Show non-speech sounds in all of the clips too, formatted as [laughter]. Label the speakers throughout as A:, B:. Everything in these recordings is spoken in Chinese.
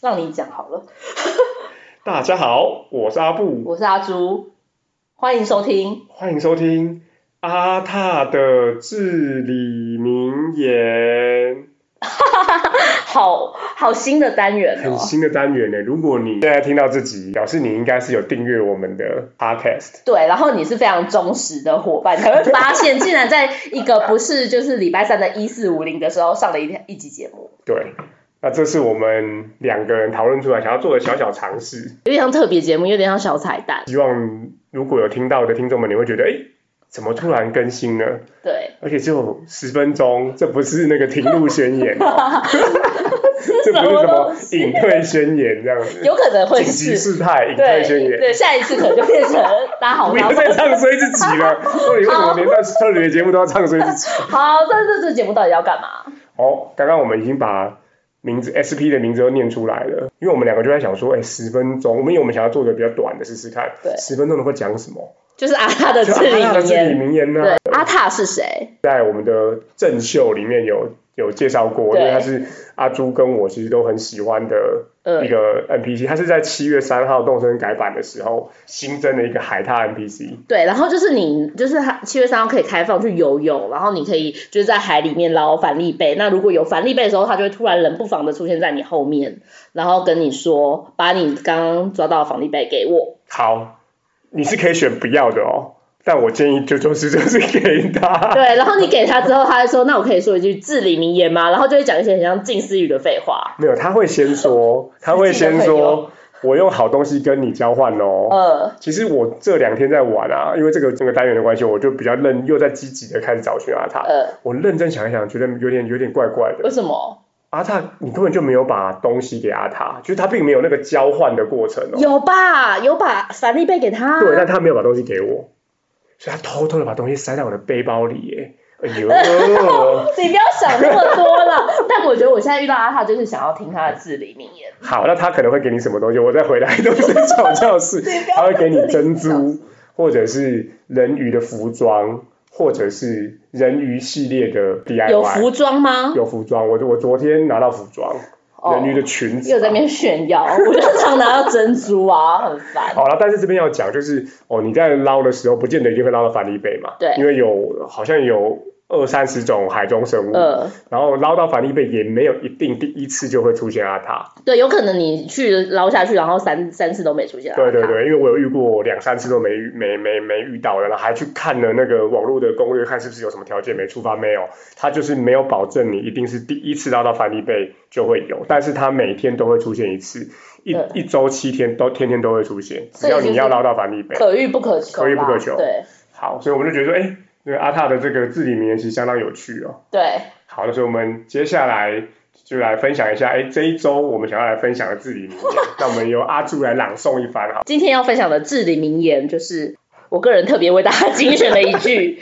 A: 让你讲好了。
B: 大家好，我是阿布，
A: 我是阿朱，欢迎收听。 [laughs]
B: 欢迎收听阿踏的至理名言，
A: 好好新的单元
B: 很
A: 哦，
B: 新的单元呢。如果你现在听到这集，表示你应该是有订阅我们的 podcast。
A: 对，然后你是非常忠实的伙伴，才会发现竟然在一个不是就是礼拜三的一四五零的时候上了一一集节目，
B: 对，那这是我们两个人讨论出来想要做的小小尝试，
A: 有点像特别节目，有点像小彩蛋。
B: 希望如果有听到的听众们，你会觉得，哎，怎么突然更新呢？
A: 对，
B: 而且只有十分钟，这不是那个停录宣言，哦
A: [laughs]
B: 这
A: 这
B: 不
A: 什
B: 是
A: 么
B: 什么
A: 东西
B: 隐退宣言这样子。
A: 有可能会
B: 紧急
A: 是。
B: 事态，隐退宣
A: 对
B: 言。 [laughs]
A: 对，下一次可能就变成大家好
B: 不
A: 然
B: 要
A: 后
B: 再唱衰自己
A: [laughs]
B: 了，到底为什么连到特别节目都要唱衰自己？
A: 好，但是这节目到底要干嘛？
B: 哦，刚刚我们已经把名字 SP 的名字都念出来了，因为我们两个就在想说，哎，十分钟，我们因为我们想要做的比较短的试试看，
A: 对
B: 十分钟的会讲什么？
A: 就是阿塔的
B: 就啊
A: 至理
B: 阿的
A: 名
B: 至理
A: 言。
B: 名言呢、
A: 对，阿塔是谁？
B: 在我们的正秀里面有有介绍过，
A: 对
B: 因为他是阿朱跟我其实都很喜欢的一
A: 嗯，
B: 个 NPC，他是在七月三号动身改版的时候新增的一个海獭 NPC。
A: 对，然后就是你，就是他七月三号可以开放去游泳，然后你可以就是在海里面捞反力贝。那如果有反力贝的时候，他就会突然冷不防的出现在你后面，然后跟你说把你刚刚抓到的反力贝给我。
B: 好，你是可以选不要的哦，但我建议就就是就是给他。 [laughs]
A: 对，然后你给他之后，他就说那我可以说一句至理名言吗？然后就会讲一些很像近思语的废话。
B: 没有，他会先说，他会先
A: 自己的朋
B: 说
A: 友，
B: 我用好东西跟你交换哦。
A: 呃，
B: 其实我这两天在玩啊，因为这个这个单元的关系，我就比较认，又在积极的开始找寻阿塔。
A: 呃
B: 我认真想一想，觉得有点有点怪怪
A: 为
B: 的。
A: 什么？
B: 阿塔，你根本就没有把东西给阿塔，就是他并没有那个交换的过程哦。
A: 有啊吧？有把反力贝给他。
B: 对，但他没有把东西给我，所以他偷偷的把东西塞在我的背包里耶。哎
A: [laughs]
B: 呦，
A: 你不要想那么多了。 [laughs] 但我觉得我现在遇到阿塔，就是想要听他的至理名言。
B: 好，那他可能会给你什么东西？我再回来都是小教室，他会给你珍珠，或者是人鱼的服装，或者是人鱼系列的 DIY。
A: 有服装吗？
B: 有服装，我我昨天拿到服装，
A: 哦
B: 人鱼的裙子。
A: 又在那边炫耀， [laughs] 我就常拿到珍珠啊， [laughs] 很烦。
B: 好了，但是这边要讲就是，哦，你在捞的时候，不见得一定会捞到反力贝嘛，
A: 对
B: 因为有好像有二三十种海中生物，
A: 呃，
B: 然后捞到反力贝也没有一定第一次就会出现阿啊塔，
A: 对，有可能你去捞下去，然后三三次都没出现。啊
B: 对对，对，因为我有遇过两三次都没遇没没没遇到的，然后还去看了那个网络的攻略，看是不是有什么条件没触发，没有，它就是没有保证你一定是第一次捞到翻利贝就会有，但是它每天都会出现一次，一
A: 对
B: 一周七天都天天都会出现，只
A: 所以
B: 要
A: 就
B: 你
A: 是
B: 要捞到翻利贝。
A: 可遇不可求啦。
B: 可遇不可求
A: 对
B: 好，所以我们就觉得说，哎，这个阿塔的这个字里名言其实相当有趣哦。
A: 对，
B: 好，那所以我们接下来就来分享一下，哎，这一周我们想要来分享的字里名言，那我们由阿柱来朗诵一番哈。
A: 今天要分享的至理名言，就是我个人特别为大家精选的一
B: [laughs]
A: 句：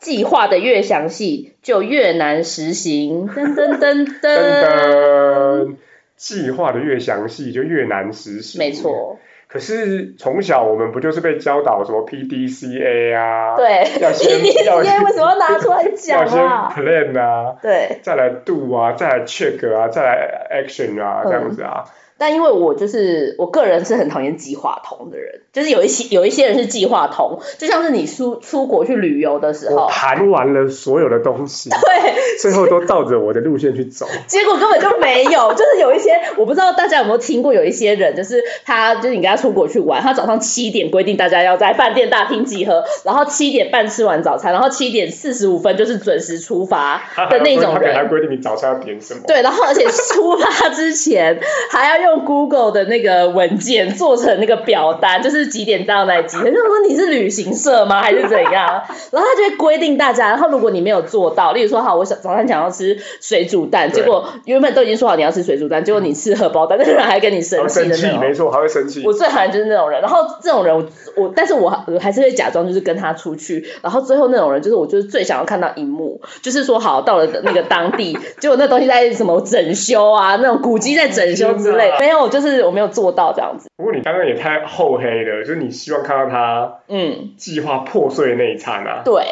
A: 计划的越详细，就越难实行。噔噔噔
B: 噔
A: 噔，
B: 噔，计划的越详细就越难实行。
A: 没。错，
B: 可是从小我们不就是被教导什么 PDCA 啊？，
A: 对。[laughs]
B: 要先要
A: PDCA 为什么要拿出来
B: 要
A: 讲
B: 先
A: 啊？
B: plan 啊，
A: 对，
B: 再来 do 啊，再来 check 啊，再来 action 啊，
A: 嗯
B: 这样子啊。
A: 但因为我就是我个人是很讨厌计划通的人，就是有一些有一些人是计划通，就像是你出出国去旅游的时
B: 我
A: 候，
B: 盘完了所有的东
A: [laughs]
B: 西，
A: 对，
B: 最后都照着我的路线去走。
A: 结果根本就没有，就是有一些我不知道大家有没有听过，有一些人就是他就是你跟他出国去玩，他早上七点规定大家要在饭店大厅集合，然后七点半吃完早餐，然后七点四十五分就是准时出发的那
B: [laughs]
A: 种
B: 他给他
A: 人。
B: 规定你早餐要点什么。
A: 对，然后而且出发之前还要用 Google 的那个文件做成那个表单，就是几点到哪里几点。就说你是旅行社吗，还是怎样？然后他就会规定大家，然后如果你没有做到，例如说好，我想早餐想要吃水煮蛋，
B: 对
A: 结果原本都已经说好你要吃水煮蛋，结果你吃荷包蛋，那个人还跟你
B: 他
A: 生
B: 会
A: 气
B: 生
A: 的
B: 气，哦
A: 那
B: 没
A: 种。
B: 错，他会生气
A: 我。最讨厌就是那种人，然后这种人我我，但是我我还是会假装就是跟他出去，然后最后那种人就是我就是最想要看到一幕，就是说好到了那个当地， [laughs] 结果那东西在什么整修啊，那种古迹在整修之类
B: 天哪
A: 的，没有，就是我没有做到这样子，
B: 不过你刚刚也太厚黑了，就是你希望看到他
A: 嗯，
B: 计划破碎的那一刹那。
A: 对，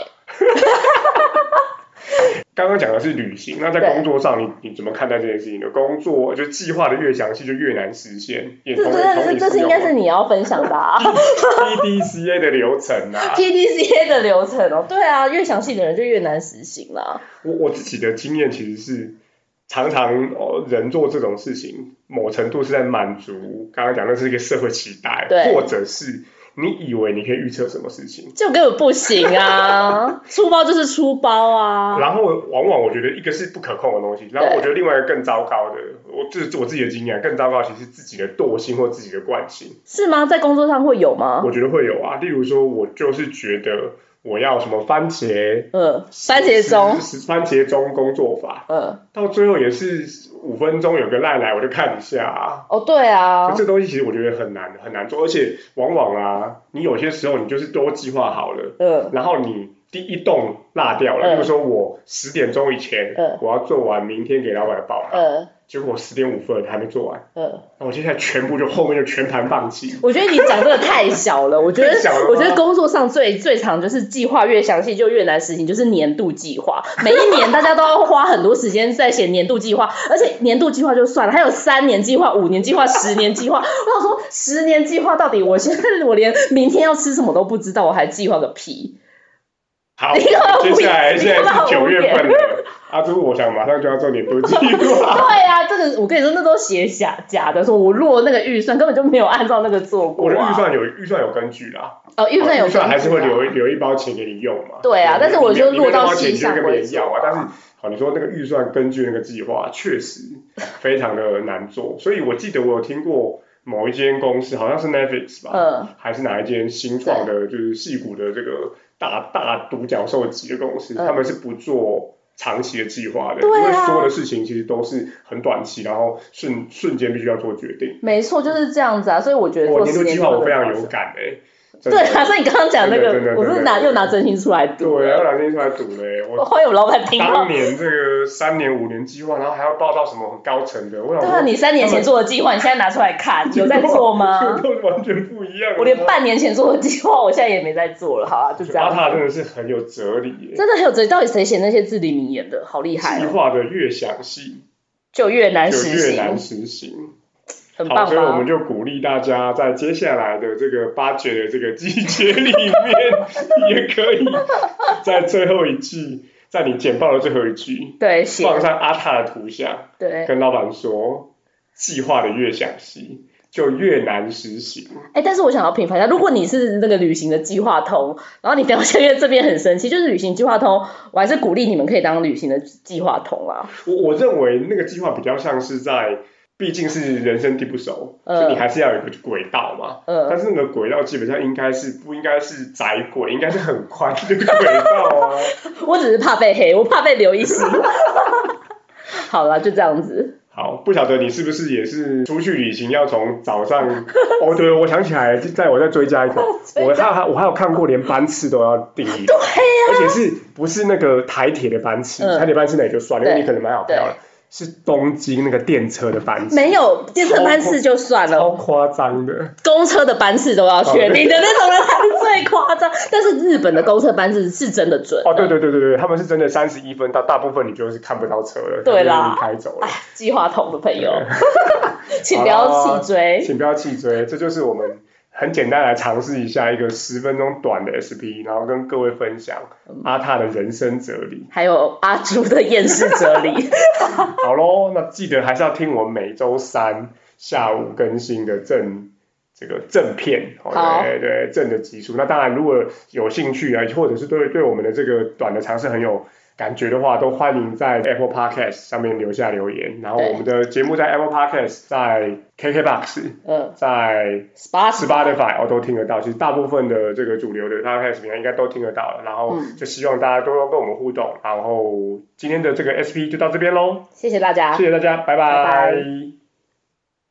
B: 刚刚讲的是旅行，那在
A: 对
B: 工作上你你怎么看待这件事情呢？工作就计划的越详细就越难实现，也
A: 这
B: 同
A: 这
B: 同
A: 这
B: 理
A: 这是应该是
B: 有
A: 你要分享的
B: [laughs]
A: 啊
B: PDCA 的流程啊。
A: ，PDCA 的流程哦，对啊，越详细的人就越难实行啦。
B: 我我自己的经验其实是，常常哦人做这种事情，某程度是在满足刚刚讲的是一个社会期待
A: 对，
B: 或者是你以为你可以预测什么事情。
A: 就根本不行啊， [laughs] 出包就是出包啊，
B: 然后往往我觉得一个是不可控的东西，然后
A: 对
B: 我觉得另外一个更糟糕的，我这是我自己的经验，更糟糕其实是自己的惰性或自己的惯性，
A: 是吗？在工作上会有吗？
B: 我觉得会有啊。例如说，我就是觉得我要什么番茄
A: 嗯，番茄钟，
B: 十十番茄钟工作法，
A: 嗯，
B: 到最后也是五分钟有个赖来我就看一下啊。
A: 哦，对啊
B: 就，这东西其实我觉得很难很难做，而且往往啊，你有些时候你就是都计划好了，
A: 嗯，
B: 然后你第一栋落掉了，
A: 嗯
B: 比如说我十点钟以前、
A: 嗯
B: 我要做完明天给老板的报告，
A: 嗯，
B: 结果我十点五分还没做完，
A: 嗯。
B: 那我接下来全部就后面就全盘放弃。
A: 我觉得你讲这个太小
B: [laughs]
A: 了，我觉得
B: 太小了吗
A: 我觉得工作上最最常就是计划越详细就越难实行，就是年度计划。每一年大家都要花很多时间在写年度计划， [laughs] 而且年度计划就算了，还有三年计划、五年计划、十年计划。我想说，十年计划到底我现在我连明天要吃什么都不知道，我还计划个屁！
B: 好，
A: 你干嘛
B: 接下来
A: 你
B: 现
A: 干
B: 在
A: 嘛
B: 是九
A: 五
B: 月
A: 点
B: 份了，阿朱，我想马上就要做年度计
A: [laughs]
B: 划。
A: 对啊，这个我跟你说，那都写假假的，说我落那个预算根本就没有按照那个做过、
B: 我
A: 啊。
B: 的预算有预算有根据啦，
A: 哦，预算有
B: 预算还是会
A: 根据啊
B: 留一留一包钱给你用嘛。
A: 对啊但是我
B: 你
A: 就
B: 你
A: 落到
B: 那包钱
A: 细
B: 你就
A: 项
B: 跟别人要啊
A: 为主啊。
B: 但是好，你说那个预算根据那个计划，确实非常的难做。所以我记得我有听过某一间公司，好像是 Netflix 吧，
A: 嗯
B: 还是哪一间新创的，就是戏骨的这个大大独角兽级的公司，
A: 嗯
B: 他们是不做长期的计划的，
A: 对啊
B: 因为所有的事情其实都是很短期，然后瞬瞬间必须要做决定。
A: 没错，就是这样子啊，所以我觉得做
B: 我哦年度
A: 十年
B: 计划我
A: 计
B: 非
A: 划
B: 常
A: 真
B: 有
A: 的
B: 感
A: [laughs]
B: 哎、真
A: 对
B: 的
A: 啊，所以你刚刚讲那
B: 真的
A: 个
B: 真，的
A: 我是拿又拿真心出来读
B: 对，啊
A: 了，
B: 要拿这些出来赌嘞、
A: 我
B: 我
A: 欢迎我老板听
B: 当
A: 到。
B: 年这个三年五年计划，然后还要报到什么很高层的，我想
A: 对啊，
B: 说
A: 你三年前做的计划，你现在拿出来看，
B: [laughs]
A: 有在做吗？
B: 都完全不一样啊了。
A: 我连半年前做的计划，我现在也没在做了，好啊，就这
B: 阿塔
A: 样。
B: 真的是很有哲理、耶
A: 真的很有哲理，到底谁写那些至理名言的？好厉害
B: 计
A: 哦，
B: 划的越详细，
A: 就越难
B: 就
A: 实
B: 越难
A: 行，
B: 实行。
A: 很
B: 好，
A: 棒
B: 所以我们
A: 吧？
B: 就鼓励大家在接下来的这个八节的这个季节里面， [laughs] 也可以在最后一句，在你简报的最后一句，
A: 对，写
B: 放上阿塔的图像，
A: 对，
B: 跟老板说，计划的越详细，就越难实行。
A: 哎，但是我想要平反一下，如果你是那个旅行的计划通，然后你表现因 [laughs] 为这边很生气，就是旅行计划通，我还是鼓励你们可以当旅行的计划通啊啦。
B: 我我认为那个计划比较像是在，毕竟是人生地不熟，
A: 嗯
B: 所以你还是要有一个轨道嘛。
A: 嗯
B: 但是那个轨道基本上应该是不应该是窄轨，应该是很宽的轨道啊。
A: 我只是怕被黑，我怕被留一星。 [laughs] 好了，就这样子。
B: 好，不晓得你是不是也是出去旅行要从早
A: [laughs]
B: 上？哦，对，我想起来，在我再追加一个，
A: 哦追加
B: 我还我还有看过连班次都要定义，
A: 对啊呀、
B: 而且是不是那个台铁的班次？
A: 嗯
B: 台铁班次那也就算了，因为
A: 对
B: 你可能买好票了，是东京那个电车的班次，
A: 没有电车班次就算了，
B: 超夸张的。
A: 公车的班次都要确定的那种人才是最夸张。但是日本的公车班次是真的准。
B: 哦，对对对对对，他们是真的三十一分到，大部分你就是看不到车了，
A: 对啦
B: 他们就已经开走了
A: 哎。，计划筒的朋友，请不要气追。
B: 请不要气追，这就是我们很简单来尝试一下一个十分钟短的 SP，然后跟各位分享
A: 嗯
B: 阿塔的人生哲理。
A: 还有阿朱的厌世哲
B: [laughs]
A: 理，
B: 好喽，那记得还是要听我每周三下午更新的正这个正片，哦
A: 好
B: 对对正的集数。那当然，如果有兴趣啊，或者是对对我们的这个短的尝试很有。感觉的话，都欢迎在 Apple Podcast 上面留下留言。然后
A: 对
B: 我们的节目在 Apple Podcast、在 KKBox、
A: 嗯，
B: 在
A: Spotify
B: Spotify 哦都听得到，其实大部分的这个主流的 podcast 平台应该都听得到了。然后
A: 嗯
B: 就希望大家多多跟我们互动。然后今天的这个 SP 就到这边喽，
A: 谢谢大家，
B: 谢谢大家，
A: 拜
B: 拜拜
A: 拜